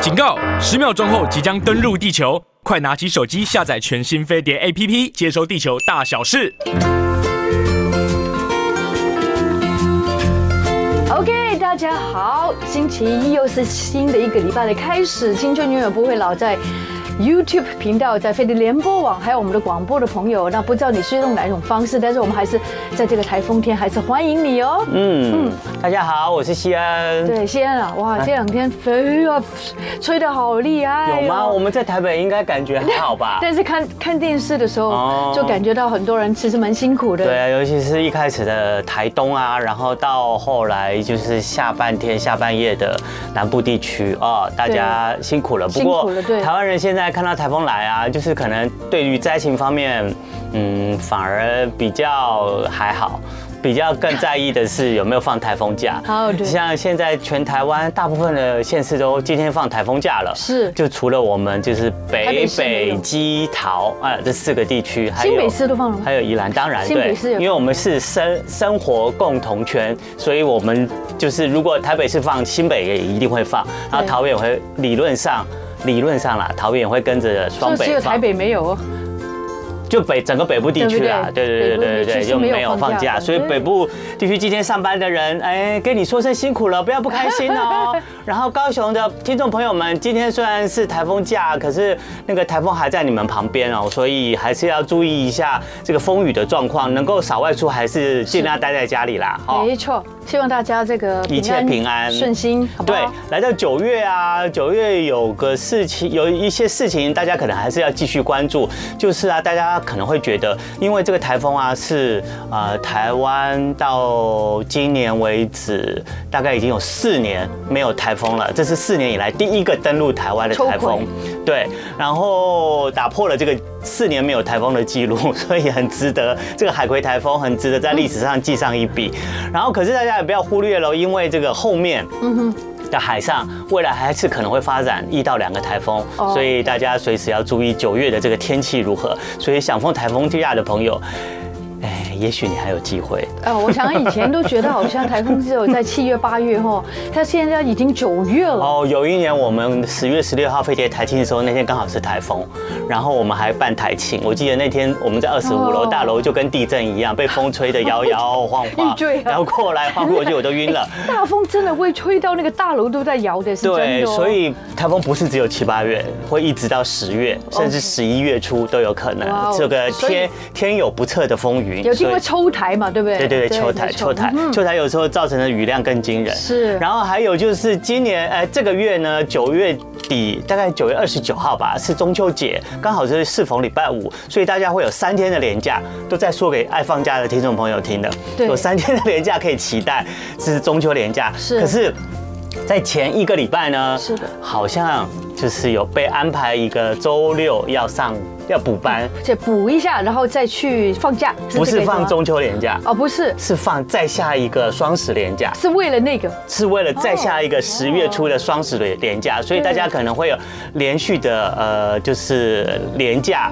警告！十秒钟后即将登陆地球，快拿起手机下载全新飞碟 APP，接收地球大小事。 OK，大家好，星期一又是新的一个礼拜的开始，青春永远不会老在。YouTube 频道在飞碟联播网，还有我们的广播的朋友，那不知道你是用哪一种方式，但是我们还是在这个台风天，还是欢迎你哦。嗯，大家好，我是西安。对，西安啊，哎哇，这两天飞啊，吹得好厉害、有哦。吗？我们在台北应该感觉还 好吧？但是看看电视的时候哦，就感觉到很多人其实蛮辛苦的。对啊，尤其是一开始的台东啊，然后到后来就是下半天、下半夜的南部地区啊、大家辛苦了。不辛苦过了对台湾人现在看到台风来啊，就是可能对于灾情方面，嗯，反而比较还好。比较更在意的是有没有放台风假。 哦对像现在全台湾大部分的县市都今天放台风假了。是就除了我们就是台北北市没有北基桃啊这四个地区，还有新北市都放了吗还有宜兰，当然新北对市有，因为我们是生生活共同圈，所以我们就是如果台北市放，新北也一定会放，然后对桃园也会理论上。理论上啦，桃园也会跟着双就只北有台放，北没有哦。就北整个北部地区啦，对对不对北对对对部地区对对，是就没有没有放放假假，的所以对北部地区今天上班的人，哎，跟你说声辛苦了，不要不开心 哦。然后高雄的听众朋友们，今天虽然是台风假，可是那个台风还在你们旁边哦，所以还是要注意一下这个风雨的状况，能够少外出还是尽量待在家里啦。哦没错，希望大家这个一切平安顺心，好不对好？，来到九月啊，九月有个事情，有一些事情大家可能还是要继续关注，就是啊，大家可能会觉得，因为这个台风啊是呃台湾到今年为止大概已经有四年没有台风了，这是四年以来第一个登陆台湾的台秋葵风，对，然后打破了这个。四年没有台风的记录，所以很值得这个海葵台风很值得在历史上记上一笔。然后，可是大家也不要忽略了，因为这个后面，的海上，未来还是可能会发展一到两个台风，哦所以大家随时要注意九月的这个天气如何。所以想放台风假的朋友，哎，也许你还有机会。呃，我想以前都觉得好像台风只有在七月、八月哈，它现在已经九月了。哦，有一年我们十月十六号飞碟台庆的时候，那天刚好是台风，然后我们还办台庆。我记得那天我们在二十五哦楼大楼就跟地震一样，被风吹得摇摇晃 晃对啊，然后过来晃过去我都晕了。大风真的会吹到那个大楼都在摇的，是真的、对，哦。所以台风不是只有七八月，会一直到十月，甚至十一月初都有可哇能哦。这个所以天天有不测的风云，有听过所以抽台嘛，对不对？对对对，秋台没秋错台嗯秋台有时候造成的雨量更惊人。是然后还有就是今年呃这个月呢，九月底大概九月二十九号吧，是中秋节，刚好是适逢礼拜五，所以大家会有三天的连假，都在说给爱放假的听众朋友听的。对有三天的连假可以期待，这是中秋连假。是可是。在前一个礼拜呢，是的好像就是有被安排一个周六要上要补班，而且补一下，然后再去放假，不嗯这是个意思吗放中秋连假，哦，不是，是放再下一个双十连假。是为了那个是为了再下一个十月初的双十连连哦假，所以大家可能会有连续的呃，就是连假。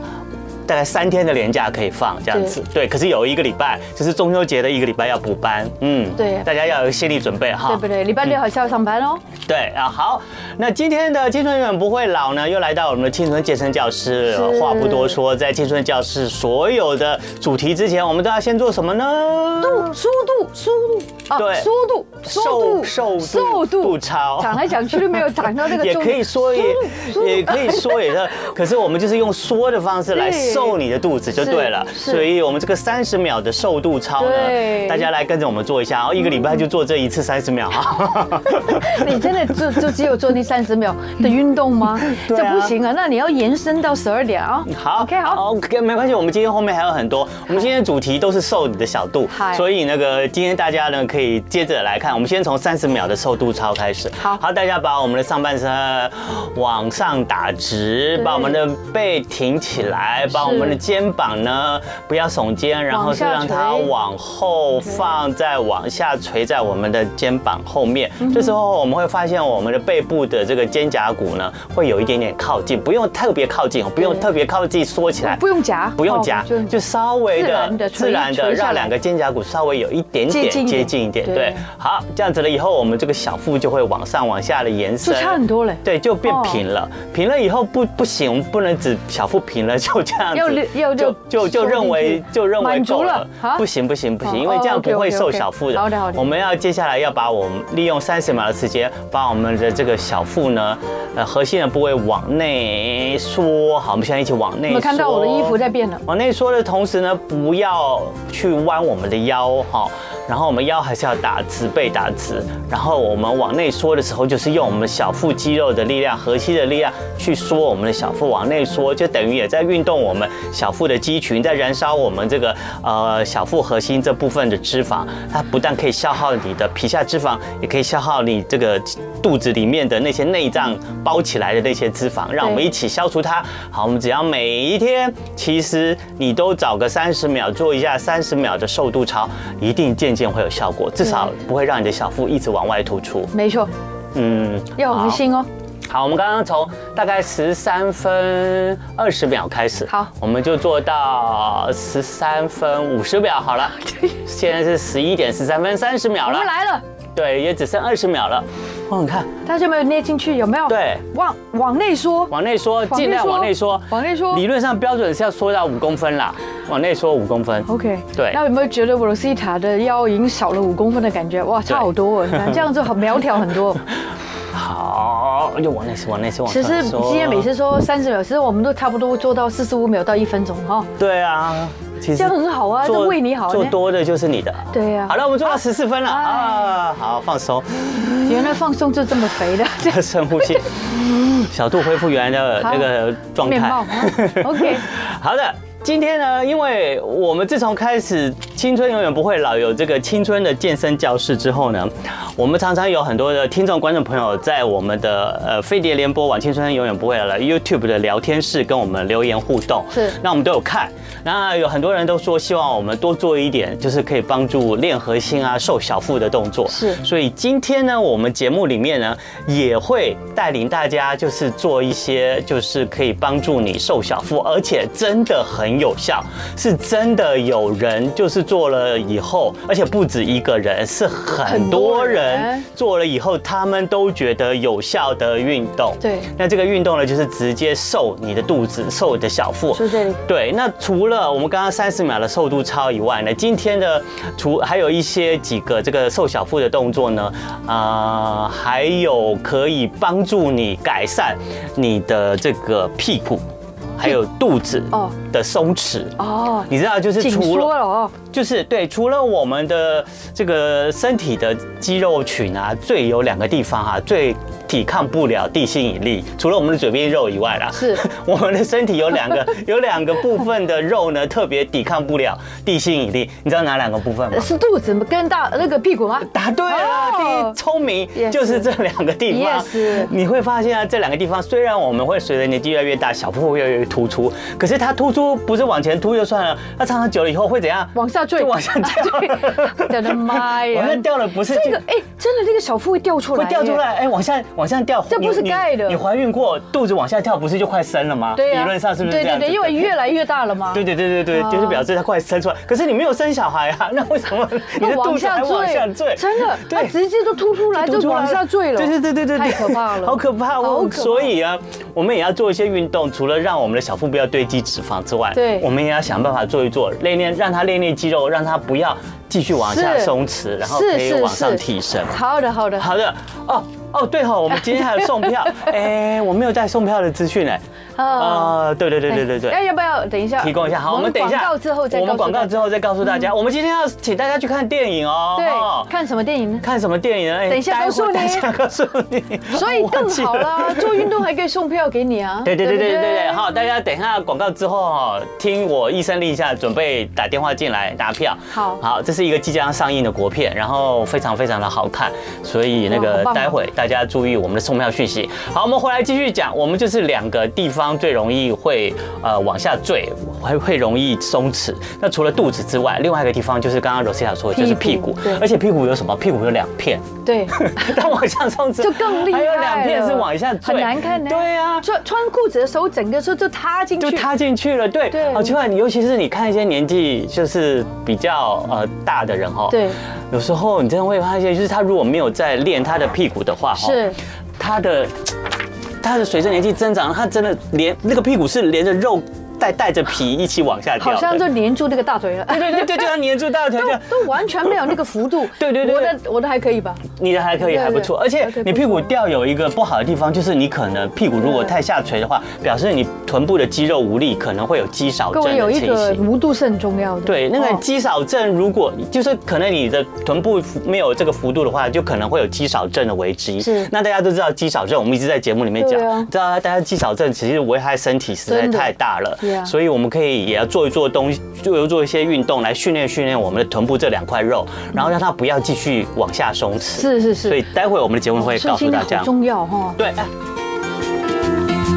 大概三天的连假可以放这样子，对。可是有一个礼拜，就是中秋节的一个礼拜要补班，嗯，对大家要有心理准备哈，对不对？礼拜六还是要上班哦。对啊，好，那今天的青春永远不会老呢，又来到我们的青春健身教室。是话不多说，在青春教室所有的主题之前，我们都要先做什么呢？度速度速度啊对速度瘦瘦速度度肚超讲来讲去都没有讲到那个也重可以点。说也速度也可以说也 是，可是我们就是用说的方式来对瘦你的肚子就是对了。是所以我们这个三十秒的瘦肚操对呢，大家来跟着我们做一下，然哦后一个礼拜就做这一次三十秒哈。 你真的就就只有做那三十秒的运动吗？嗯对这啊不行啊！那你要延伸到十二点啊。好 OK，好。 ，OK，没关系，我们今天后面还有很多，我们今天的主题都是瘦你的小肚嗨，所以那个今天大家呢可以接着来看，我们先从三十秒的瘦肚操开始。好好，大家把我们的上半身往上打直对，把我们的背挺起来，把把我们的肩膀呢不要耸肩，然后是让它往后放，再往下垂在我们的肩膀后面。嗯这时候我们会发现我们的背部的这个肩胛骨呢会有一点点靠近，不用特别靠近，不用特别靠近缩起来，不用夹，不用夹哦，就稍微自然的地自然垂的垂下让来两个肩胛骨稍微有一点接点近一接点近一点，对对。好，这样子了以后，我们这个小腹就会往上往下的延就伸，差很多嘞。对，就变哦平了。平了以后不不行，我们不能只小腹平了就这样要子溜，要就溜就就收认为进去就认为满足够了了啊，不行不行不行，哦因为哦这样不会 OK，OK，OK 瘦小腹的。好的好的我们要接下来要把我们利用三十秒的时间，把我们的这个小腹呢，呃，核心的部位往内缩。好，我们现在一起往内有没有缩。看到我的衣服在变了？往内缩哦的同时呢，不要去弯我们的腰哈，然后我们腰还是要打直，背打直。然后我们往内缩的时候，就是用我们小腹肌肉的力量、核心的力量去缩我们的小腹，往内缩，就等于也在运动我们小腹的肌群，在燃烧我们这个呃小腹核心这部分的脂肪。它不但可以消耗你的皮下脂肪，也可以消耗你这个肚子里面的那些内脏包起来的那些脂肪，让我们一起消除它。好，我们只要每一天，其实你都找个三十秒做一下三十秒的瘦肚操，一定渐渐会有效果，至少嗯不会让你的小腹一直往外突出。没错，嗯，要好恒心哦。好，我们刚刚从大概十三分二十秒开始，好我们就做到十三分五十秒好 了。现在是十一点十三分三十秒我了们，来了，对，也只剩二十秒了。哦，你看，大家有没有捏进去？有没有？对，往往内缩，往内缩，内尽量往内缩缩，往内缩理论上标准是要缩到五公分啦，往内缩五公分。 OK，对那有没有觉得 Rosita 的腰已经少了五公分的感觉？哇，差好多 哦！你看这样就好苗条很多。好，又往内缩，往内缩，哦往其内缩。实今天每次说三十秒，其实我们都差不多做到四十五秒到一分钟哈，对啊，其实这样很好啊，这做为你好做呢。多的就是你的。对呀、好了，我们做到十四分了哎啊！好，放松， 原来放松就这么肥的深呼吸，小肚恢复原来的那个状面貌态啊。。OK， 好的。今天呢，因为我们自从开始《青春永远不会老》有这个青春的健身教室之后呢，我们常常有很多的听众、观众朋友在我们的呃飞碟联播网《青春永远不会老》的 YouTube 的聊天室跟我们留言互动。是那我们都有看。那有很多人都说希望我们多做一点，就是可以帮助练核心啊、瘦小腹的动作。是所以今天呢，我们节目里面呢也会带领大家，就是做一些就是可以帮助你瘦小腹，而且真的很有效，是真的有人就是做了以后，而且不止一个人，是很很多多人人做了以后，他们都觉得有效的运动。对那这个运动呢，就是直接瘦你的肚子，瘦你的小腹。就这里。对，那除了我们刚刚三十秒的瘦肚操以外呢，今天的除还有一些几个这个瘦小腹的动作呢，啊、还有可以帮助你改善你的这个屁股，还有肚子哦的松弛。哦，你知道，就是紧除缩了了哦，就是对，除了我们的这个身体的肌肉群啊，最有两个地方啊，最抵抗不了地心引力，除了我们的嘴边肉以外啦，是 我们的身体有两 个有两个部分的肉呢，特别抵抗不了地心引力。你知道哪两个部分吗？呃是肚子跟大那个屁股吗？答对了，哦第一聪明 Yes 就是这两个地方 Yes。你会发现啊，这两个地方虽然我们会随着年纪越来越大，小腹会越来越突出，可是它突出不是往前突就算了，它常常久了以后会怎样？往下坠，就往下掉 对我的妈呀！往下掉了不是这个哎，真的那个小腹会掉出来，会掉出。来，哎，往下往下掉，这不是你盖的你怀孕过，肚子往下跳，不是就快生了吗？对呀、啊理论上是不是这对对样子？对，因为越来越大了嘛。对对对对对，就是啊表示它快生出来，可是你没有生小孩啊，那为 什么你的肚子还往下坠？真的，它对，直接就凸出来，就就突然往下坠了。对对对对对，太对可怕了，好可怕好哦可！怕所以啊，我们也要做一些运动，除了让我们的小腹不要堆积脂肪之外，对我们也要想办法做一做练练，让它练练肌肉，让它不要继续往下是松弛，然后可以是是往上是提升。好的好的，好的，哦哦，对哈、我们今天还有送 票，哎、我没有带送票的资讯哎，啊，啊、对对对对对要对。要不要等一下？提供一下，好，我们等一下，哎广告之后再告我诉大们家嗯广告之后再告诉大家。我们今天要请大家去看电影哦，哦对，看什么电 影呢？看什么电影呢？哎等一下待会告诉你等一下告诉你，所以我忘更记好。啦，做运动还可以送票给你啊。 对对对对对不对对，好，大家等一下广告之后哦，听我一声令下，准备打电话进来拿票。好好，这是一个即将上映的国片，然后非常非常的好看，所以那哇个好棒哦待会大家注意我们的送票讯息。好，我们回来继续讲，我们就是两个地方最容易会呃往下坠，会会容易松弛。那除了肚子之外，另外一个地方就是刚刚 Rosita 说的，就是屁股屁股对，而且屁股有什么？屁股有两 片，对，当往下松弛就更厉害还了。有两片是往下坠，很难看的。对啊，穿穿裤子的时候，整个就就塌进去，就踏进去了，对，对好奇怪，尤其是你看一些年纪就是比较呃大的人哦，对，有时候你真的会发现，就是他如果没有在练他的屁股的话，哦是，他的他的随着年纪增长，他真的连那个屁股是连着肉带带着皮一起往下掉好的，像就黏住那个大腿了。对对对，就像黏住大腿这样， 都完全没有那个幅度， 对对对我的我的还可以吧？你的还可以，对对还不错。而且还可以你屁股掉有一个不好的地方，就是你可能屁股如嗯果太下垂的话，表示你臀部的肌肉无力，可能会有肌少各症位有的一情个形。弧度是很重要的，对，那个哦肌少症，如果就是可能你的臀部没有这个幅度的话，就可能会有肌少症的危机。是那大家都知道肌少症，我们一直在节目里面讲对啊，知道大家肌少症其实危害身体实在真的太大了 Yeah，所以我们可以也要做一做东西，做一做一些运动来训练训练我们的臀部这两块肉，然后让它不要继续往下松弛。嗯是是是哦所以待会我们的节目会身告心诉灵大好家。重要哈。对，哎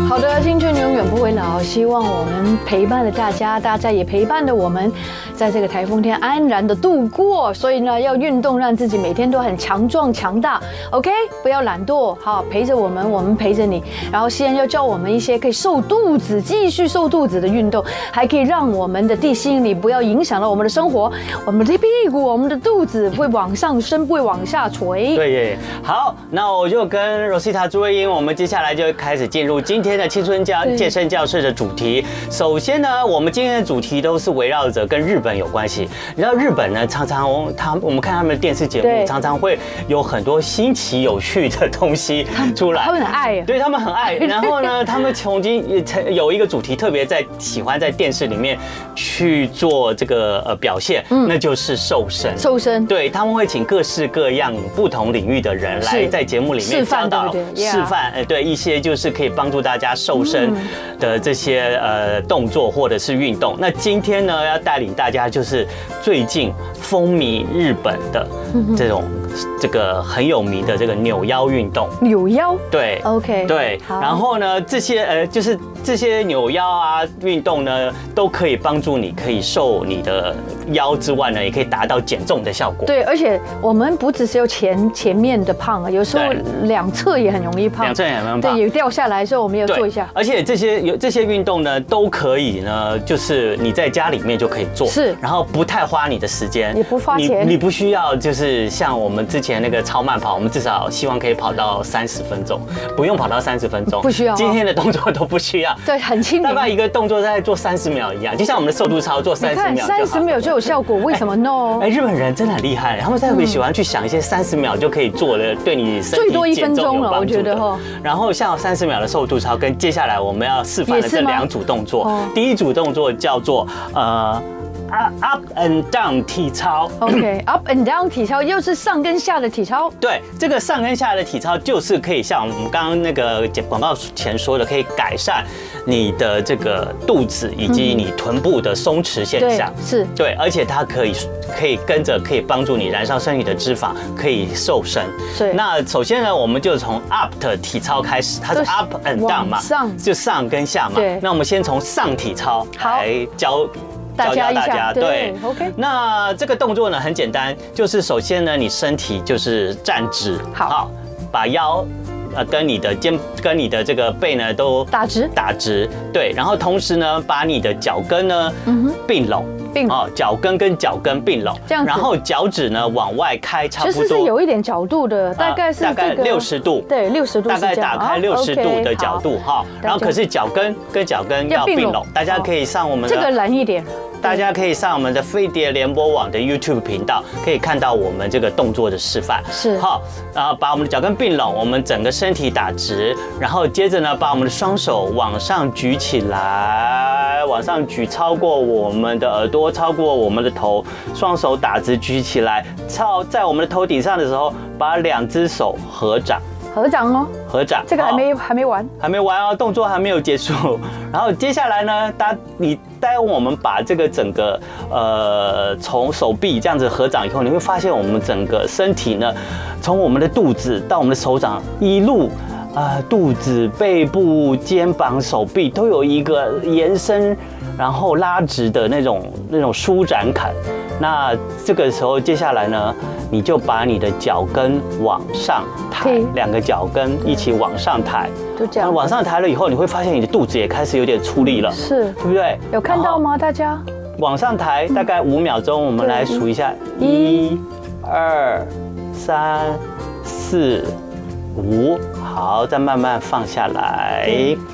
好的，青春永远不会老，希望我们陪伴了大家，大家也陪伴着我们，在这个台风天安然的度过。所以呢，要运动，让自己每天都很强壮强大。OK，不要懒惰，好陪着我们，我们陪着你。然后西安要教我们一些可以瘦肚子、继续瘦肚子的运动，还可以让我们的地心引力不要影响到我们的生活，我们的屁股、我们的肚子不会往上升，不会往下垂。对耶，好，那我就跟 Rosita 朱慧英，我们接下来就开始进入今天的青春教对健身教室的主题。首先呢，我们今天的主题都是围绕着跟日本有关系。你知道日本呢，常常我他我们看他们的电视节对目，常常会有很多新奇有趣的东西出来。他们很爱啊对他们很 爱。然后呢，他们曾经也曾有一个主题特别在喜欢在电视里面去做这个呃表现，嗯那就是瘦身。瘦身。对，他们会请各式各样不同领域的人来是在节目里示面范教导对不对示 Yeah 嗯范，呃，对一些就是可以帮助大家瘦身的这些呃动作或者是运动。那今天呢，要带领大家就是最近风靡日本的嗯这种这个很有名的这个扭腰运动，扭腰对。 ，OK，对，好然后呢，这些呃，就是这些扭腰啊运动呢，都可以帮助你可以瘦你的腰之外呢，也可以达到减重的效果。对，而且我们不只是有前前面的胖啊，有时候对两侧也很容易胖，两侧也很容易胖对，也掉下来的时候我们也对，做一 下。而且这些有这些运动呢，都可以呢，就是你在家里面就可以做，是然后不太花你的时间，也不花钱你你不需要就是像我们之前那个超慢跑，我们至少希望可以跑到三十分钟，不用跑到三十分钟，不需要哦今天的动作都不 需要，对，很轻大概盈。一个动作在做三十秒一样，就像我们的瘦肚操做你三十看秒就好三了，十秒就有效果，为什么 no？哎，日本人真的很厉害，他们特别喜欢去想一些三十秒就可以做的，对你身体最多一分钟了减重有帮我觉得助的哦然后像三十秒的瘦肚操，跟接下来我们要示范的也是这吗两组动作哦，第一组动作叫做呃 up up and down 体操。 OK，up and down 体操又是上跟下的体操，对，这个上跟下的体操就是可以像我们刚刚那个广告前说的，可以改善你的这个肚子以及嗯你臀部的松弛现对象。，是对，而且它可以可以跟着可以帮助你燃烧身体的脂肪，可以瘦身。对那首先呢，我们就从 up 的体操开始，它是就是 up and down 嘛往，上就上跟下嘛。对那我们先从上体操好来教。大家教教一下对，OK 那这个动作呢很简单，就是首先呢，你身体就是站直，好，把腰呃跟你的肩跟你的这个背呢都打直打直，对，然后同时呢，把你的脚跟呢，嗯并拢，并哦，脚跟跟脚跟并拢，嗯这样子然后脚趾呢往外开，差其不实多，呃啊是有一点角度的，大概是大概这个六十度，对，六十度大是这概样，打开六十度的啊角，OK，度哈，然后可是脚跟跟脚跟要要并并拢拢，大家可以上我好们这个的。难一点，大家可以上我们的飞碟联播网的 YouTube 频道，可以看到我们这个动作的示范。是好，然后把我们的脚跟并拢，我们整个身体打直，然后接着呢，把我们的双手往上举起来，往上举，超过我们的耳朵，超过我们的头，双手打直举起来，超在我们的头顶上的时候，把两只手合掌。合掌哦，合掌。这个还哦没还没完，还没完哦，动作还没有结束。 然后接下来呢，大你待我们把这个整个呃从手臂这样子合掌以后，你会发现我们整个身体呢，从我们的肚子到我们的手掌一路。啊、肚子、背部、肩膀、手臂都有一个延伸，然后拉直的那种那种舒展感。那这个时候，接下来呢，你就把你的脚跟往上抬对，两个脚跟一起往上抬，就这那样。往上抬了以后，你会发现你的肚子也开始有点出力了，是对不对？有看到哦吗？大家然后？往上抬大概五秒钟，我们来数一下：对一、二、三、四、五。好，再慢慢放下来。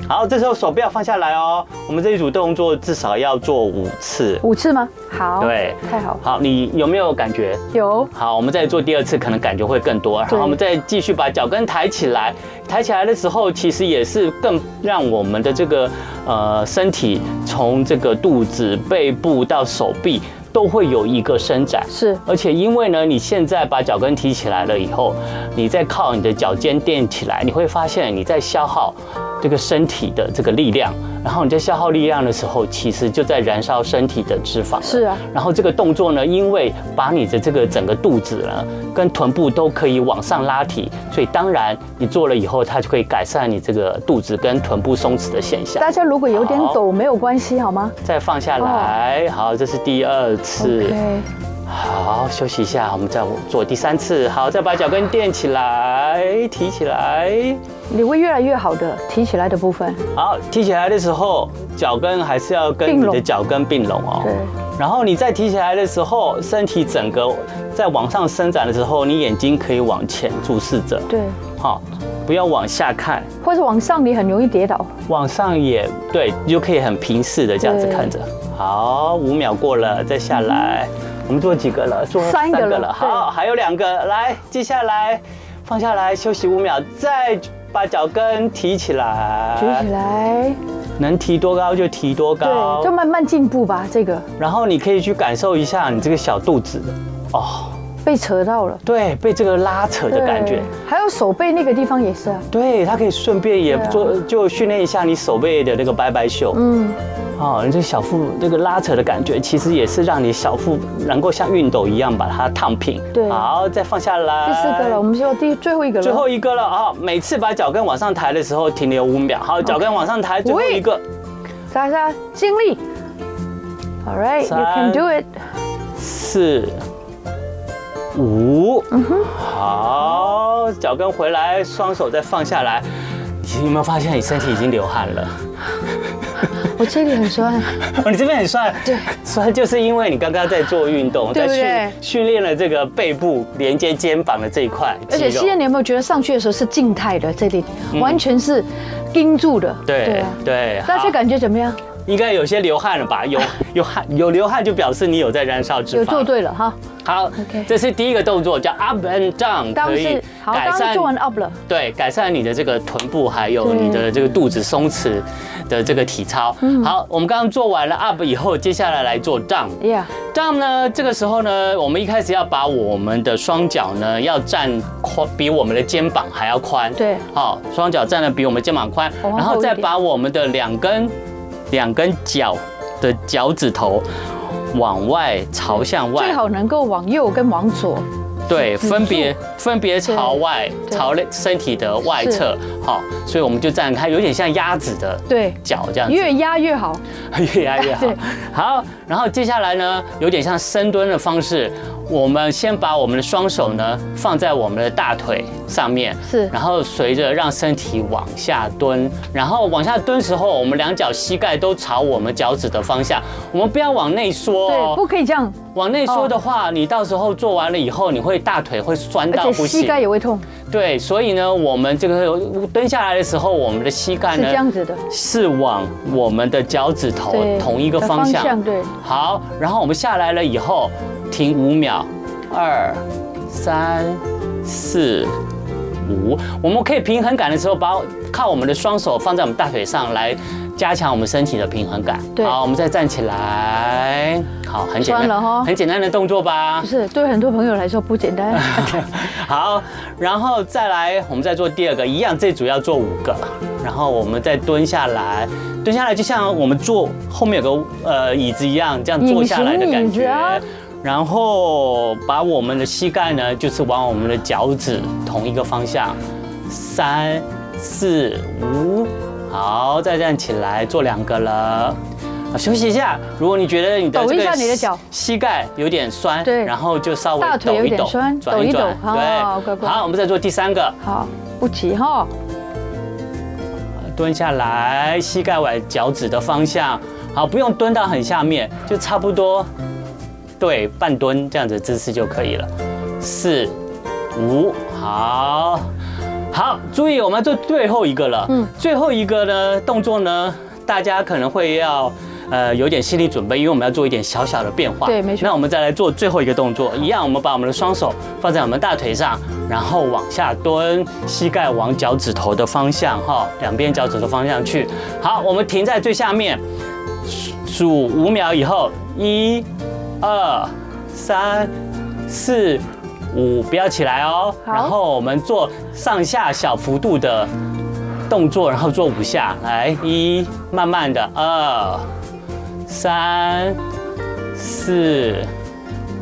好，这时候手不要放下来哦。我们这一组动作至少要做五次。五次吗？好，对，太好，好，你有没有感觉？有好，我们再做第二次，可能感觉会更多。然后对我们再继续把脚跟抬起来，抬起来的时候，其实也是更让我们的这个呃身体从这个肚子、背部到手臂都会有一个伸展。是而且因为呢，你现在把脚跟提起来了以后，你再靠你的脚尖垫起来，你会发现你在消耗这个身体的这个力量。然后你在消耗力量的时候，其实就在燃烧身体的脂肪了。是啊，然后这个动作呢，因为把你的这个整个肚子呢跟臀部都可以往上拉提，所以当然你做了以后，它就可以改善你这个肚子跟臀部松弛的现象大。家如果有点好抖没有关系好吗再放下来，好，这是第二次。哦？OK，好，休息一下，我们再做第三次。好，再把脚跟垫起来，提起来。你会越来越好的，提起来的部分好，提起来的时候，脚跟还是要跟你并的拢脚跟并拢哦。对。然后你再提起来的时候，身体整个在往上伸展的时候，你眼睛可以往前注视着，对，好，不要往下看，或者往上你很容易跌倒，往上也对，你就可以很平视的这样子对看着。嗯好，五秒过了，再下来，我们做几个了？做三个了对好，还有两个，来，接下来放下来休息五秒，再把脚跟提起来，举起来，能提多高就提多高，对，就慢慢进步吧。这个然后你可以去感受一下你这个小肚子，哦。被扯到了。对，被这个拉扯的感觉对。，还有手背那个地方也是啊，对，它可以顺便也对啊做，就训练一下你手背的那个拜拜袖。嗯，哦，你这小腹这个拉扯的感觉，其实也是让你小腹能够像熨斗一样把它烫平。对好，再放下来。第四个了，我。们就第最后一个了，哎最后一个了啊、每次把脚跟往上抬的时候停留五秒，好，脚跟往上抬，最后一个，大家尽力。All right, you 三 can do it。四、五，好，脚跟回来，双手再放下来。你有没有发现你身体已经流汗了？我这里很酸， 哦，你这边很酸，对，酸就是因为你刚刚在做运动，对在不对训训练了这个背部连接肩膀的这一块而肌且西肉恩，。你有没有觉得上去的时候是静态的，这里完全是盯住的，嗯对啊对，大好家感觉怎么样？应该有些流汗了 吧？有有汗有流汗就表示你有在燃烧脂肪。有做对了哈，好 OK 这是第一个动作，叫 up and down，当可以时好，改当时善做完 up 了，对，改善你的这个臀部，还有对你的这个肚子松弛的这个体操。好，我们刚刚做完了 up 以后，接下来来做 down。 ，Yeah， down 呢，这个时候呢，我们一开始要把我们的双脚呢，要站宽，比我们的肩膀还要宽。对好，双脚站的比我们肩膀宽，往后然后再一点把我们的两根两根脚的脚趾头往外朝向外最，好能够往右跟往左，对，指分别分别朝外，对朝内身体的外侧。好，所以我们就站开，有点像鸭子的对，脚这样子。越压越好，越来越好 对。好，然后接下来呢，有点像深蹲的方式，我们先把我们的双手呢放在我们的大腿上面，是然后随着让身体往下蹲，然后往下蹲时候，我们两脚膝盖都朝我们脚趾的方向，我们不要往内缩对，哦。不可以这样，往内缩的话，你到时候做完了以后，你会大腿会酸而到且不膝行。盖也会痛，对，所以呢，我们这个蹲下来的时候，我们的膝盖是呢这样子的，是往我们的脚趾头对，哦同一个方向。对，好，然后我们下来了以后，停五秒，二、三、四、无。我们可以平衡感的时候，把靠我们的双手放在我们大腿上来加强我们身体的平衡感。对好，我们再站起来。好，很简酸了哦单，很简单的动作吧不。是对很多朋友来说不简 单。好，然后再来，我们再做第二个，一样，这组要做五个，然后我们再蹲下来，蹲下来就像我们坐后面有个呃椅子一样，这样坐下来的隐形椅感子觉啊。然后把我们的膝盖呢，就是往我们的脚趾同一个方向，三、四、五，好，再站起来，做两个了。啊休息一下，如果你觉得你的抖这一个下你的脚膝盖有点酸，对然后就稍微大腿抖有一点抖酸，转一抖转一，抖哦乖对。乖好，我们再做第三个，好，不急哈，蹲下来，膝盖往脚趾的方向，好，不用蹲到很下面，就差不多，对，半蹲这样子姿势就可以了。四、五，好，好，注意，我们要做最后一个了。嗯嗯，最后一个呢动作呢，大家可能会要。呃，有点心理准备，因为我们要做一点小小的变化。对没错那我们再来做最后一个动作，一样，我们把我们的双手放在我们大腿上，然后往下蹲，膝盖往脚趾头的方向，哈，两边脚趾头方向去。好，我们停在最下面，数五秒以后，一、二、三、四、五，不要起来哦。好然后我们做上下小幅度的动作，然后做五下，来，一，慢慢的，二、三、四。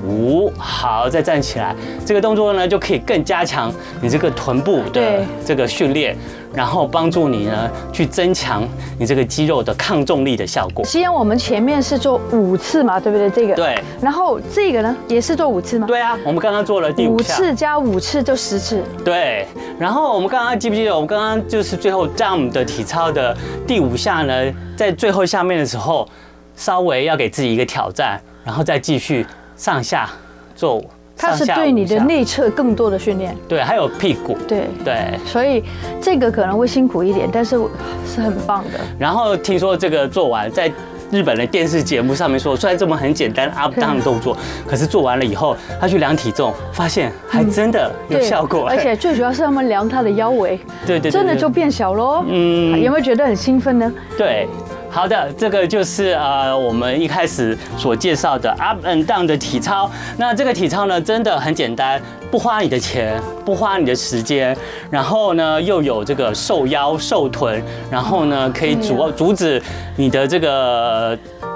五，好，再站起来。这个动作呢，就可以更加强你这个臀部的对这个训练，然后帮助你呢去增强你这个肌肉的抗重力的效果。既然我们前面是做五次嘛，对不对？这个。对，然后这个呢，也是做五次吗？。对啊，我们刚刚做了第五啊五下。次加五次就十次，对，然后我们刚刚记不记得，我们刚刚就是最后 jump 的体操的第五下呢，在最后下面的时候，稍微要给自己一个挑战，然后再继续上下做。它是上下对你五的下内侧更多的训练。对，还有屁股。对，对，所以这个可能会辛苦一点，但是是很棒的。然后听说这个做完在。日本的电视节目上面说，虽然这么很简单 up down 的动作，可是做完了以后，他去量体重，发现还真的有对效果，而且最主要是他们量他的腰围， 对对对真的对就变小喽。嗯有没有觉得很兴奋呢？对，好的，这个就是呃我们一开始所介绍的 up and down 的体操。那这个体操呢，真的很简单，不花你的钱，不花你的时间，然后呢又有这个瘦腰、瘦臀，然后呢可以嗯阻阻止你的这个。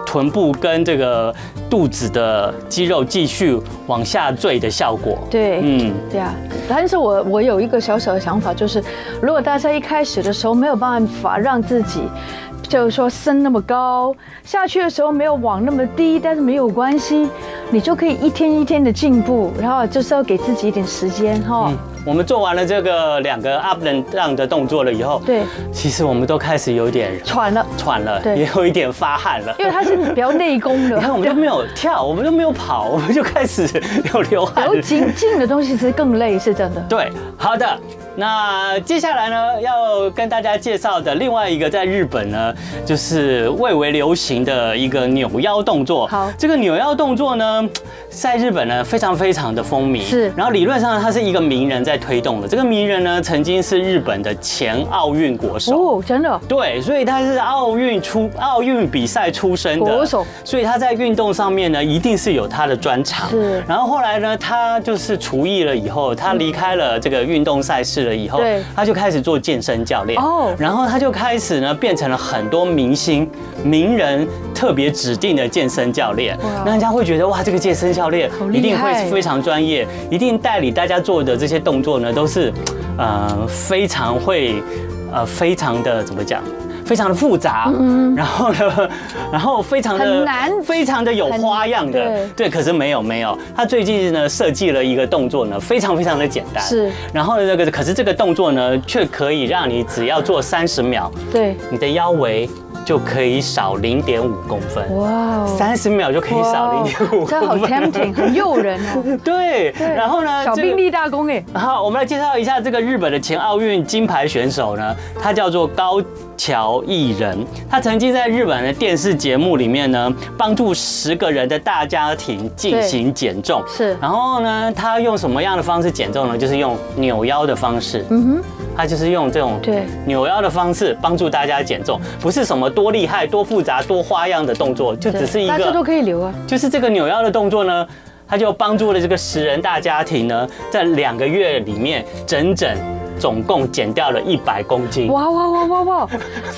臀部跟这个肚子的肌肉继续往下坠的效果。对，嗯，对啊，但是我我有一个小小的想法，就是如果大家一开始的时候没有办法让自己，就是说升那么高，下去的时候没有往那么低，但是没有关系，你就可以一天一天的进步，然后就是要给自己一点时间哈。我们做完了这个两个 up and down 的动作了以后，对，其实我们都开始有点喘了，喘了，对也有一点发汗了。因为它是比较内功的 你看，，我们都没有跳， 我们都没有跑，我们就开始有流汗然后了。紧近的东西是更累，是真的。对，好的。那接下来呢，要跟大家介绍的另外一个在日本呢，就是蔚为流行的一个扭腰动作。好这个扭腰动作呢，在日本呢非常非常的风靡。是然后理论上它是一个名人在推动的。这个名人呢，曾经是日本的前奥运国手。哦，真的，对，所以他是奥运出奥运比赛出身的国手所以他在运动上面呢，一定是有他的专长。是然后后来呢，他就是厨艺了以后，他离开了这个运动赛事了以后，对他就开始做健身教练。哦然后他就开始呢，变成了很多明星、名人特别指定的健身教练哇。那人家会觉得哇，这个健身教练好厉害一定会非常专业，一定带领大家做的这些动作呢，都是呃非常会呃非常的怎么讲？非常的复杂，然后呢， 然后非常嗯的很难非常的有花样的很，对，可是没有没有，他最近呢设计了一个动作呢，非常非常的简单，是，然后呢这个可是这个动作呢，却可以让你只要做三十秒，对，你的腰围就可以少零点五公分，哇哦，三十秒就可以少零点五这好公 tempting，分，很诱人啊。 对，对然后呢，小这个兵立大功哎，好，我们来介绍一下这个日本的前奥运金牌选手呢，他叫做高乔艺人，他曾经在日本的电视节目里面呢，帮助十个人的大家庭进行减重。是然后呢，他用什么样的方式减重呢？就是用扭腰的方式。嗯哼，他就是用这种对扭腰的方式帮助大家减重，不是什么多厉害、多复杂、多花样的动作，就 只是一大家都个，可以留啊，就是这个扭腰的动作呢，他就帮助了这个十人大家庭呢，在两个月里面整整总共减掉了一百公斤。哇哇哇哇哇，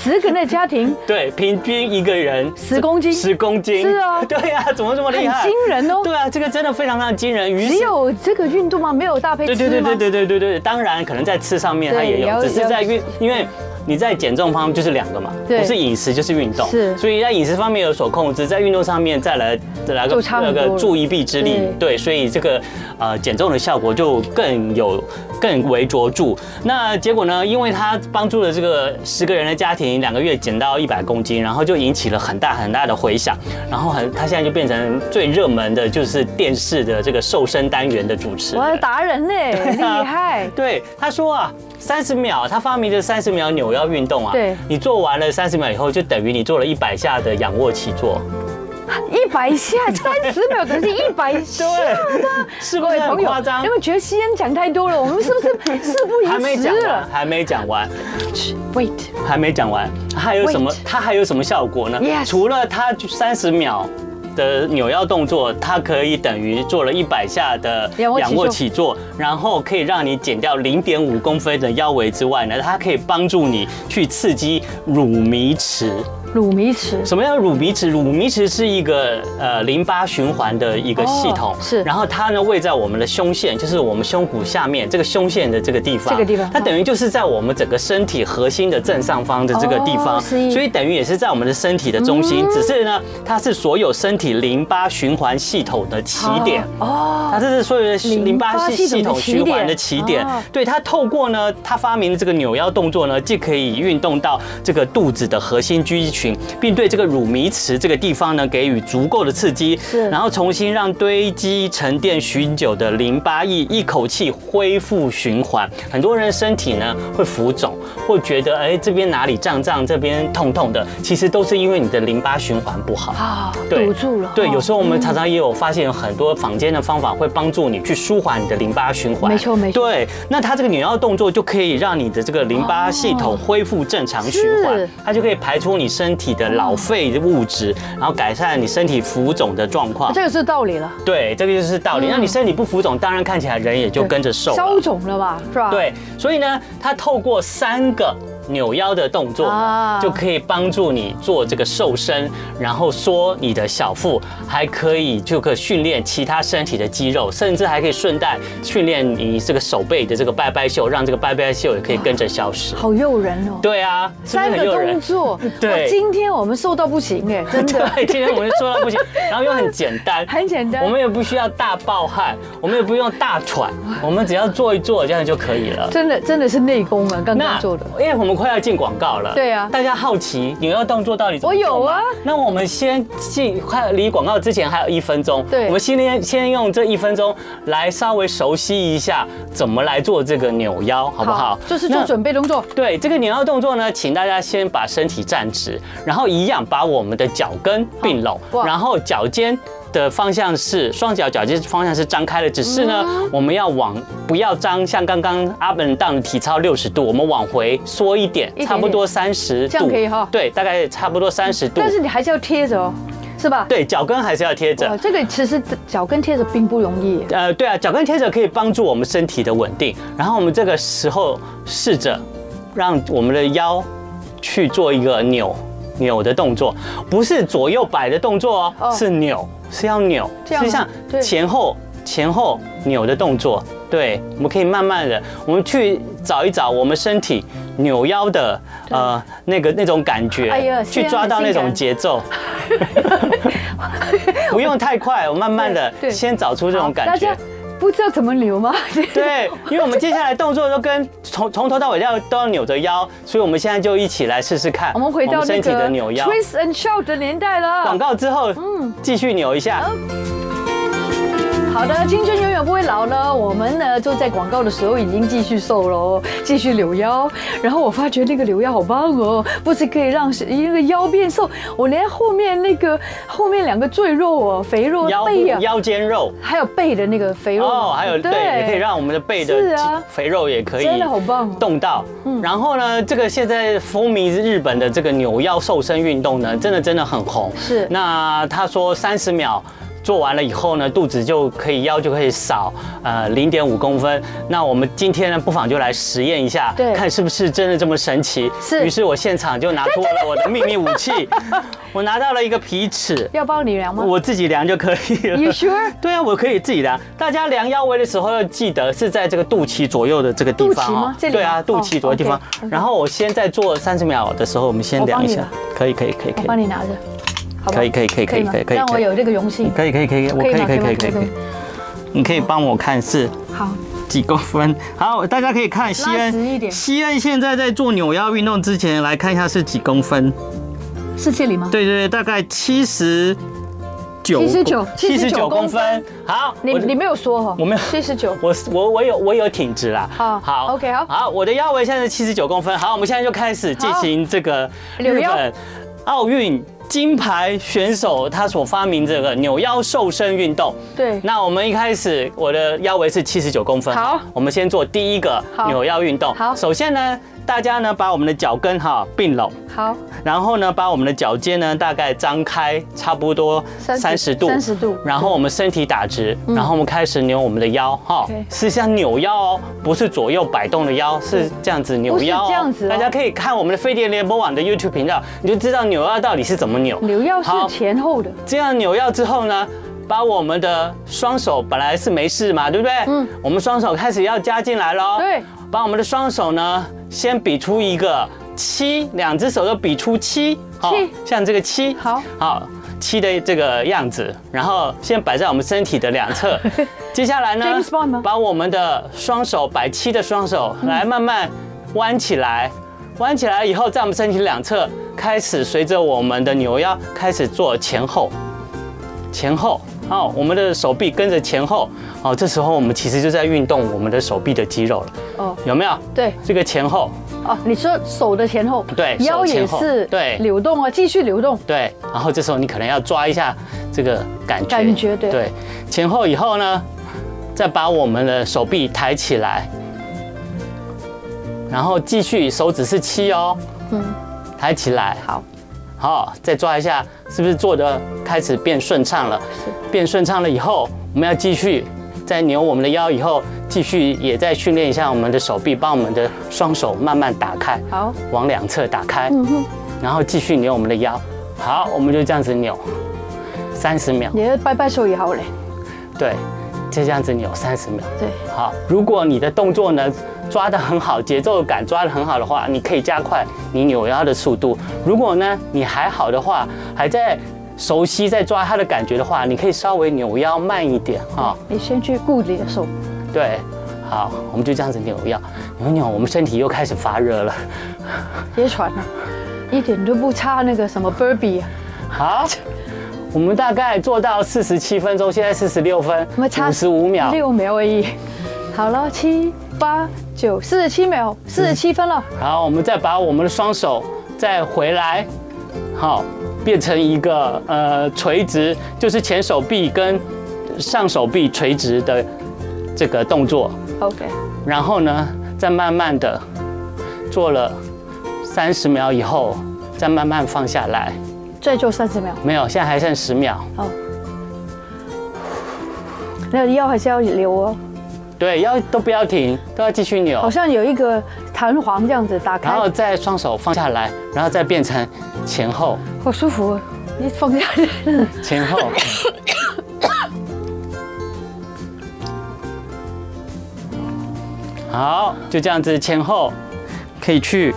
十个人的家 庭对，平均一个人10公斤十公斤，是啊 对啊，怎么这么很厉害？惊人哦。对啊，这个真的非常非常惊人。于只是有这个运动吗？没有搭配吃对吗？对对对对对对对，当然可能在吃上面它对也有，了只是在了运，因为你在减重方面就是两个嘛，对不是饮食就是运动，是所以在饮食方面有所控制，在运动上面再来再来就个差很多个了助一臂之力，对，所以这个呃减重的效果就更有更为卓著。那结果呢，因为他帮助了这个十个人的家庭，两个月减到一百公斤，然后就引起了很大很大的回响，然后很他现在就变成最热门的就是电视的这个瘦身单元的主持人。哇，达人呢，厉啊害。对，他说啊，三十秒，他发明的三十秒扭腰运动啊，对你做完了三十秒以后，就等于你做了一百下的仰卧起坐。一百下，三十秒等于一 百下。是各不位是啊朋很友啊夸，张你？们觉得吸烟讲太多了？我们是不 是事不还没宜讲迟完，了还没讲完， ？Wait，还没讲完，还有什么 Wait？它还有什么效果呢 Yes 除了它三十秒。的扭腰动作，它可以等于做了一百下的仰卧起坐仰卧起坐，然后可以让你减掉零点五公分的腰围之外呢，它可以帮助你去刺激乳糜池。乳糜池什么叫乳糜池？乳糜池是一个呃淋巴循环的一个系统，哦是然后它呢位在我们的胸腺，就是我们胸骨下面这个胸腺的这个地方，这个地方它等于就是在我们整个身体核心的正上方的这个地方，哦是嗯所以等于也是在我们的身体的中心，只是呢它是所有身体淋巴循环系统的起点。哦，它这是所有的淋巴系系统循环的起淋巴系统的起点点哦。对，它透过呢，它发明的这个扭腰动作呢，既可以运动到这个肚子的核心肌群，并对这个乳糜池这个地方呢给予足够的刺激是，然后重新让堆积沉淀许久的淋巴液一口气恢复循环。很多人身体呢会浮肿，或觉得哎这边哪里胀胀，这边痛痛的，其实都是因为你的淋巴循环不好。啊，对堵住了。对，有时候候我们常常也有发现，有很多坊间的方法会帮助你去舒缓你的淋巴循环。没错没错对，那它这个扭腰动作就可以让你的这个淋巴系统恢复正常循环是，它就可以排出你身体的老废物质，然后改善你身体浮肿的状况。啊这个嗯是道理了，对，这个就是道理。那你身体不浮肿，当然看起来人也就跟着瘦了消。肿了吧，是吧？，对，所以呢，它透过三个扭腰的动作呢啊就可以帮助你做这个瘦身，然后缩你的小腹，还可以就可以训练其他身体的肌肉，甚至还可以顺带训练你这个手背的这个拜拜袖，让这个拜拜袖也可以跟着消失。好诱人哦。对啊，是不是三很个诱人动？作， 对哇今天我们瘦到不行哎，真的。对，今天我们说到不行，然后又很简单， 很简单我们也不需要大暴汗，我们也不用大喘，我们只要做一做，这样就可以了。真的真的是内功啊，刚刚做的。因为我们快要进广告了，对啊大家好奇扭腰动作到底怎么我有做吗啊。那我们先进快离广告之前还有一分钟，对我们先先用这一分钟来稍微熟悉一下怎么来做这个扭腰，好不好？就是做那准备动作，对这个扭腰动作呢，请大家先把身体站直，然后一样把我们的脚跟并拢，哇然后脚尖。的方向是双脚脚尖方向是张开的，只是呢，嗯我们要往不要张，像刚刚阿本当的体操六十度，我们往回缩一点，点差不多三十度，这样可以哈对，大概差不多三十度但。是你还是要贴着哦，是吧？哦对，脚跟还是要贴着哇，。这个其实脚跟贴着并不容易。呃，对啊，脚跟贴着可以帮助我们身体的稳定。然后我们这个时候试着让我们的腰去做一个扭扭的动作，不是左右摆的动作哦，哦是扭，是要扭，这样吗是像对前后前后扭的动作。对，我们可以慢慢的，我们去找一找我们身体扭腰的呃那个那种感觉，哎呀虽去然抓到很那性种感 节奏。 不用太快，我慢慢的对对先找出这种感大觉家。不知道怎么扭吗？ 对，因为我们接下来动作都跟从从头到尾要都要扭着腰，所以我们现在就一起来试试看。我们回到那身体个的扭腰。 twist and shout 的年代了。广告之后，继续扭一下。好的，青春永远不会老呢。我们呢就在广告的时候已经继续瘦了哦，继续扭腰。然后我发觉那个扭腰好棒哦，不是可以让那个腰变瘦，我连后面那个后面两个赘肉哦，肥肉腰背啊，腰间肉还有背的那个肥肉哦，还有对，也可以让我们的背是的啊肥肉也可以真的好棒哦动到。然后呢，这个现在风靡日本的这个扭腰瘦身运动呢，真的真的很红。是那他说三十秒。做完了以后呢，肚子就可以腰就可以少呃零点五公分。那我们今天呢，不妨就来实验一下，对看是不是真的这么神奇。是于是我现场就拿出了我的秘密武 器，我拿到了一个皮尺，要帮你量吗我自己量就可以了。 ？You sure？对啊，我可以自己量。大家量腰围的时候要记得是在这个肚脐左右的这个地方肚脐哦吗这里吗对啊，肚脐左右地方哦。，OK，OK 然后我先在做三十秒的时候，我们先量一下我。可以，可以，可以，可我以，帮你拿着，好吧可以可以可以可以吗可以可以让我有这个荣幸。可以，可以，可以，我可以，可以吗可以，可可以以，吗可以，可可以以。你可以帮我看是好，几公分？好，大家可以看西拉直一恩，点西恩现在在做扭腰运动之前，来看一下是几公分。是这里吗？对对对，大概七十九， 79七十九79公分。好，你我你没有说哈，我没有七十九，我我我有我有挺直啦。好 OK，好好，我的腰围现在是七十九公分。好，我们现在就开始进行这个扭日腰本奥运金牌选手他所发明这个扭腰瘦身运动。对，那我们一开始我的腰围是七十九公分。好我们先做第一个好扭腰运动。好首先呢，大家呢把我们的脚跟哈并拢，好，然后呢把我们的脚尖呢大概张开，差不多三十度。三十度，嗯然后我们身体打直，然后我们开始扭我们的腰，哈 OK，嗯是像扭腰哦，不是左右摆动的腰，是这样子扭腰哦。不是这样子哦大家可以看我们的飞碟联播网的 YouTube 频道，你就知道扭腰到底是怎么扭。扭腰是好前后的，这样扭腰之后呢，把我们的双手本来是没事嘛，对不对？嗯嗯，我们双手开始要加进来喽。对，把我们的双手呢，先比出一个七，两只手都比出七，好七像这个七，好，好，七的这个样子，然后先摆在我们身体的两 侧，接下来呢 James Bond 吗，把我们的双手摆七的双手嗯来慢慢弯起来，弯起来以后，在我们身体两侧开始随着我们的扭腰开始做前后，前后。哦，我们的手臂跟着前后，哦，这时候我们其实就在运动我们的手臂的肌肉了，哦，有没有？对，这个前后，哦，你说手的前后，对手腰也前后是对扭动啊，继续扭动，对，然后这时候你可能要抓一下这个感觉，感觉对对，前后以后呢，再把我们的手臂抬起来，然后继续手指是七哦，嗯，抬起来，好，好，再抓一下，是不是做的开始变顺畅了？变顺畅了以后，我们要继续再扭我们的腰，以后继续也再训练一下我们的手臂，帮我们的双手慢慢打开，好，往两侧打开，嗯哼，然后继续扭我们的腰。好，我们就这样子扭，三十秒，你的掰掰手也好嘞，对，就这样子扭三十秒。对，好，如果你的动作呢抓得很好，节奏感抓得很好的话，你可以加快你扭腰的速度。如果呢你还好的话，还在熟悉在抓它的感觉的话，你可以稍微扭腰慢一点哈、你先去顾你的手，对，好，我们就这样子扭腰，扭扭，我们身体又开始发热了。别喘了，一点都不差那个什么 Burby，啊好，我们大概做到四十七分钟，现在四十六分我们，差五十五秒。六秒而已，好了，七八九，四十七秒，四十七分了，好，我们再把我们的双手再回来，好，变成一个呃垂直，就是前手臂跟上手臂垂直的这个动作。 OK，然后呢，再慢慢的做了三十秒以后，再慢慢放下来。再做三十秒。没有，现在还剩十秒。哦，那个腰还是要留哦，对，要都不要停，都要继续扭好。像有一个弹簧这样子打然开，后再双手放下来，然后再变成前后好舒服哦。你放下去， 前后。好，就这样子前后，可以去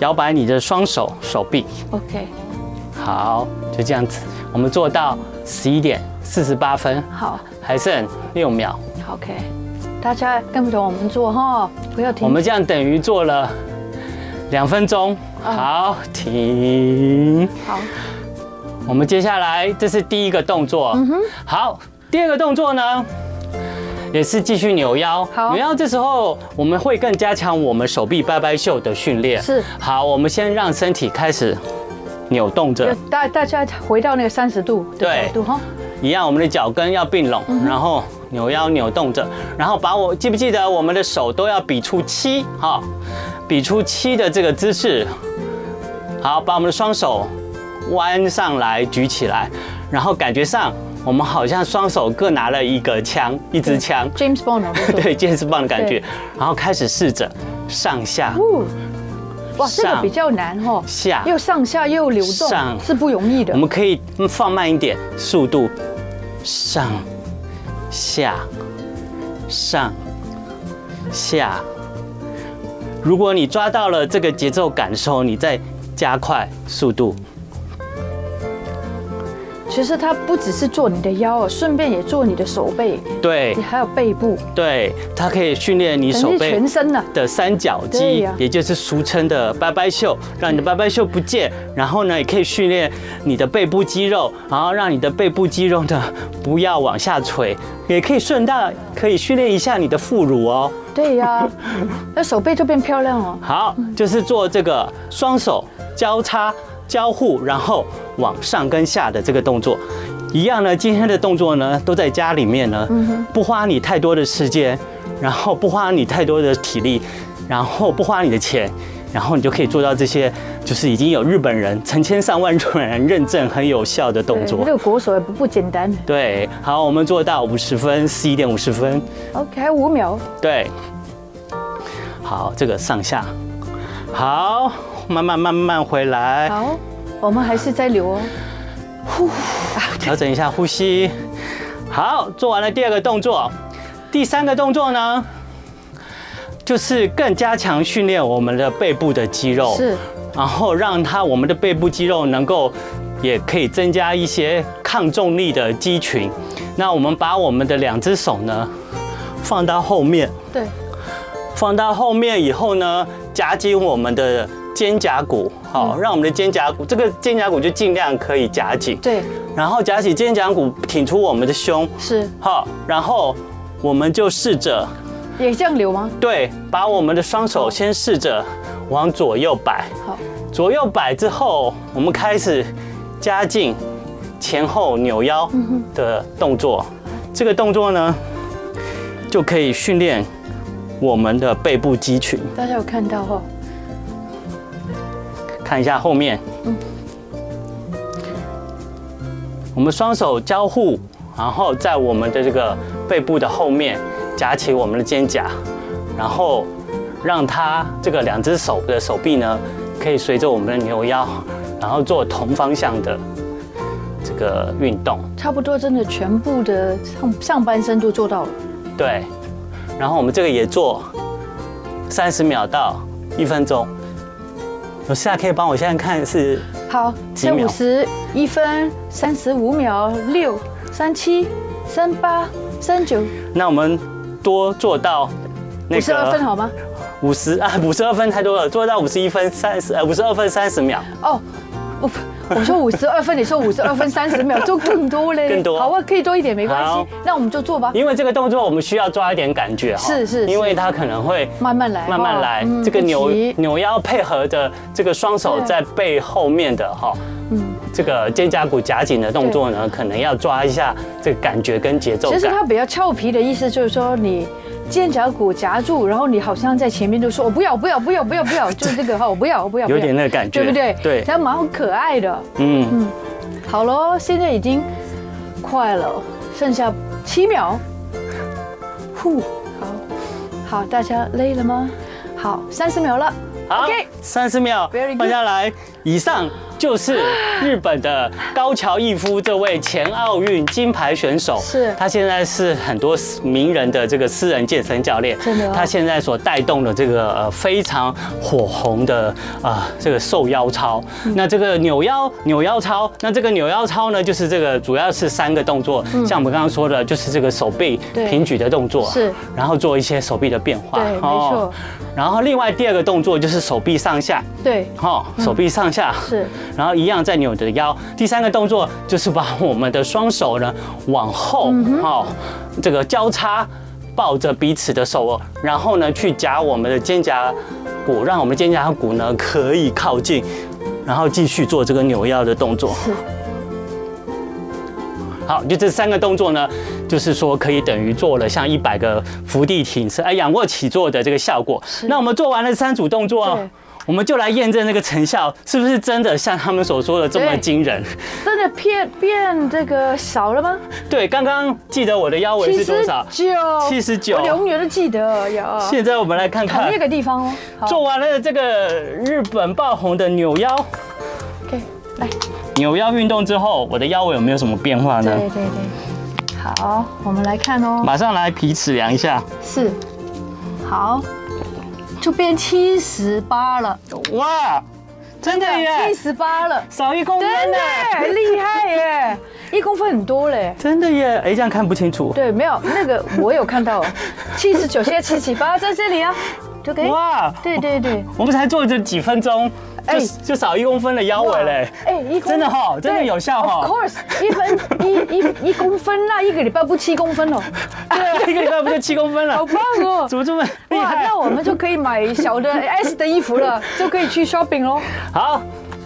摇摆你的双手手臂。 OK，好，就这样子，我们做到十一点四十八分，好还剩六秒。 ，OK，大家跟不着我们做哈，不要停。我们这样等于做了两分钟。好，停。好，我们接下来这是第一个动作，好，第二个动作呢，也是继续扭腰。好扭腰这时候我们会更加强我们手臂掰掰袖的训练。是好，我们先让身体开始扭动着就，大大家回到那个三十度的对角度哈，一样，我们的脚跟要并拢，然后扭腰扭动着，然后把我记不记得我们的手都要比出七哈、比出七的这个姿势。好，把我们的双手弯上来，举起来，然后感觉上我们好像双手各拿了一个枪，一支枪， James Bond 哦不是 对，健身棒的感觉对，然后开始试着上下哦哇，这个上比较难哦，下又上下又流上动是不容易的我。们可以嗯放慢一点速度，上下上下。如果你抓到了这个节奏感受，你再加快速度。其实它不只是做你的腰哦，顺便也做你的手背，对你还有背部，对，它可以训练哎你等于手是背全身啊呢。的三角对肌呀，也就是俗称的拜拜袖，让你的拜拜袖不见。然后呢，也可以训练你的背部肌肉，然后让你的背部肌肉呢不要往下垂，也可以顺带可以训练一下你的副乳哦。对呀、 那手背就变漂亮哦。好，就是做这个双手交叉交互，然后往上跟下的这个动作。一样呢，今天的动作呢都在家里面呢，不花你太多的时间，然后不花你太多的体力，然后不花你的钱。然后你就可以做到这些，就是已经有日本人成千上万日本人认证很有效的动对作这。个国手也不不简单。对，好，我们做到五十分，十一点五十分。 OK，还有五秒，对，好，这个上下，好，慢慢慢慢回来，好，我们还是在流哦。调整一下呼吸。好，做完了第二个动作，第三个动作呢，就是更加强训练我们的背部的肌肉，是，然后让它我们的背部肌肉能够，也可以增加一些抗重力的肌群。那我们把我们的两只手呢放到后面，对，放到后面以后呢，夹紧我们的肩胛骨，好，让我们的肩胛骨，这个肩胛骨就尽量可以夹紧，对，然后夹起肩胛骨，挺出我们的胸，是，好，然后我们就试着也这样流吗？对，把我们的双手先试着往左右摆，好，左右摆之后，我们开始加进前后扭腰的动作。这个动作呢，就可以训练我们的背部肌群。大家有看到哦，看一下后面。我们双手交互，然后在我们的这个背部的后面夹起我们的肩胛，然后让它这个两只手的手臂呢，可以随着我们的扭腰，然后做同方向的这个运动。差不多真的全部的上上半身都做到了。对，然后我们这个也做三十秒到一分钟。有现在可以帮我现在看是好，几这秒五十一分三十五秒六三七三八三九那我们多做到那五十二分个好吗？五十啊，五十二分太多了，做到五十一分三十呃五十二分三十秒，哦，我我说五十二分，你说五十二分三十秒，就更多嘞，更多好啊，可以多一点没关好系，那我们就做吧，因为这个动作我们需要抓一点感觉哈，是是是因为它可能会慢慢来，慢慢来哦，嗯这个扭不急扭腰配合着这个双手对嗯在背后面的哈，这个肩胛骨夹紧的动作呢，可能要抓一下这个感觉跟节奏其实感。它比较俏皮的意思就是说你。肩胛骨夹住，然后你好像在前面就说：“我哦不要，不要，不要，不要，不要！”就是这个哈，我不要，我不要，不要有点那个感觉对不对？对它蛮可爱的。嗯，好咯，现在已经快了，剩下七秒。呼，好，好，大家累了吗？好，三十秒了。好 OK，，三十秒 Very good 放下来。以上就是日本的高桥义夫这位前奥运金牌选手，是他现在是很多名人的这个私人健身教练，真的哦他现在所带动的这个呃非常火红的呃这个瘦腰操，嗯那这个扭腰扭腰操，那这个扭腰操呢，就是这个主要是三个动作，像我们刚刚说的，就是这个手臂嗯对平举的动作，是，然后做一些手臂的变化，哦对没错然后另外第二个动作就是手臂上下，对，哈、嗯手臂上下、是，然后一样再扭着腰。第三个动作就是把我们的双手呢往后，好、这个交叉抱着彼此的手，然后呢去夹我们的肩胛骨，让我们的肩胛骨呢可以靠近，然后继续做这个扭腰的动作。好，就这三个动作呢，就是说可以等于做了像一百个伏地挺身、哎仰卧起坐的这个效果。那我们做完了三组动作对，我们就来验证那个成效是不是真的像他们所说的这么对惊人。真的变变这个少了吗？对，刚刚记得我的腰围七是多十少？九， 79我永远都记得呀。现在我们来看同看一，个地方哦。好做完了这个日本爆红的扭腰 OK，来，扭腰运动之后，我的腰围有没有什么变化呢对？对对，好，我们来看哦。马上来皮尺量一下，是，好，就变七十八了，哇，真的耶七，十八了，少一公分真的呢，厉害耶，一公分很多嘞。真的耶，哎，这样看不清楚，对，没有那个我有看 到，七十九，现在七十八在这里啊，就可以。哇，对对对，我们才做这几分钟，哎就就少一公分的腰围嘞，哎，一公真的哈真的有效哈对 Of course，一分一一一公分啦，一个礼拜不七公 分哦，对，一个礼拜不就七公分了好，棒 哦怎。么这么厉哇，害那？我们就可以买小的 哎 S 的衣服了，就可以去 shopping 喽。好，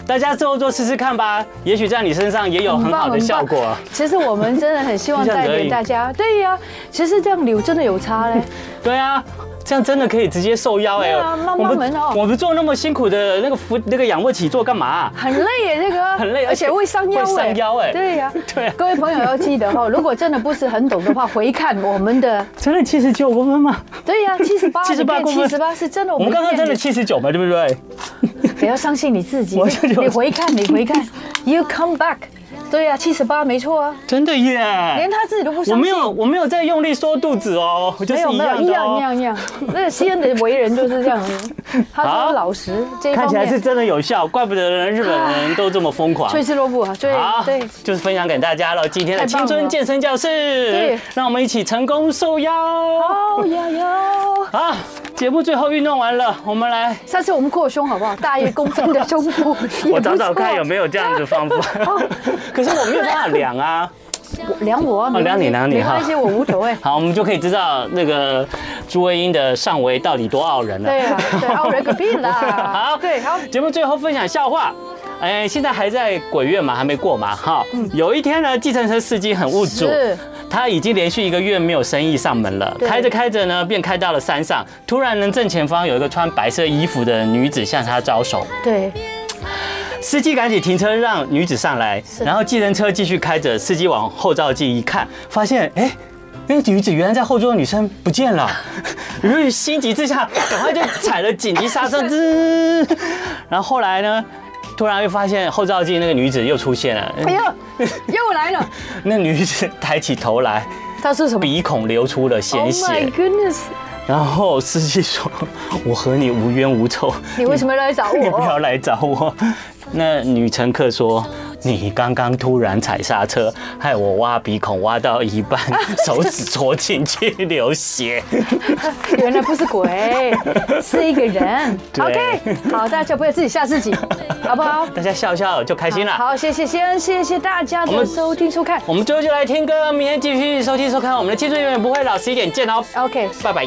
大家做做试试看吧，也许在你身上也有很好的效果。其实我们真的很 希望就这样带子而给已大家，对呀、其实这样扭真的有差 嘞。对啊，这样真的可以直接受邀哎、对啊慢慢我们门哦我们做那么辛苦的那个扶那个仰卧起坐干嘛、很累耶，这个很累而且会伤腰会伤腰哎对呀、 对啊各位朋友要记得 哦，如果真的不是很懂的话，回看我们的，真的七十九公分吗？对呀、七十八， 78公分七十八是真的，我们刚刚真的七十九嘛，对不对？不要相信你自己我就，有你回看，你回 看，You come back，对呀、七十八没错啊，真的耶连！他自己都不我相没信。有，我没有在用力缩肚子哦，我就是没有一没有一样的样一哦。样一样，那个西恩的为人就是 这样，他好说老实这一看方起来是面，真的有效，怪不得人日本人都这么疯狂。垂直萝卜啊，对好，对，就是分享给大家了。今天的太棒青了春健身教室对，让我们一起成功受邀。哦呀呀！好，节目最后运动完了，我们来，下次我们扩胸好不好？大一公分的胸部， 我找找看有没有这样子方法。 可是我没有办法量 啊。有量我啊，没关哦量系你量你没关系，哈。我无所谓 好，我们就可以知道那个朱慧英的上围到底多傲人了。对啊，对，傲人个屁啦！ 好， 对，好，节目最后分享笑话。哎，现在还在鬼月嘛，还没过嘛，哈。有一天呢，计程车司机很无助嗯是，他已经连续一个月没有生意上门了。对开着开着呢，便开到了山上，突然呢，正前方有一个穿白色衣服的女子向他招手，对，司机赶紧停车让女子上来，然后计程车继续开着，司机往后照镜一看，发现哎。那个女子原来在后座的女生不 见了，由于心急之下，赶快就踩了紧急刹车，吱。然后后来呢，突然又发现后照镜那个女子又出现了，哎呀，又来了，那女子抬起头来，他是什么鼻孔流出了？Oh 鲜血。 my goodness！然后司机说：“我和你无冤无仇，你为什么来找 你不要我？来找 我。那女乘客说：“你刚刚突然踩刹车，害我挖鼻孔挖到一 半，手指戳进去流血。原来不是鬼， 是一个人。对 OK，好，大家不要自己吓自己，好不好？”大家笑笑就开心了。好，谢谢先生，谢谢大家我的们收听收看。我们最后就来听歌，明天继续收听收看我们的《青春永远不会老》，十一点见哦， OK。拜拜。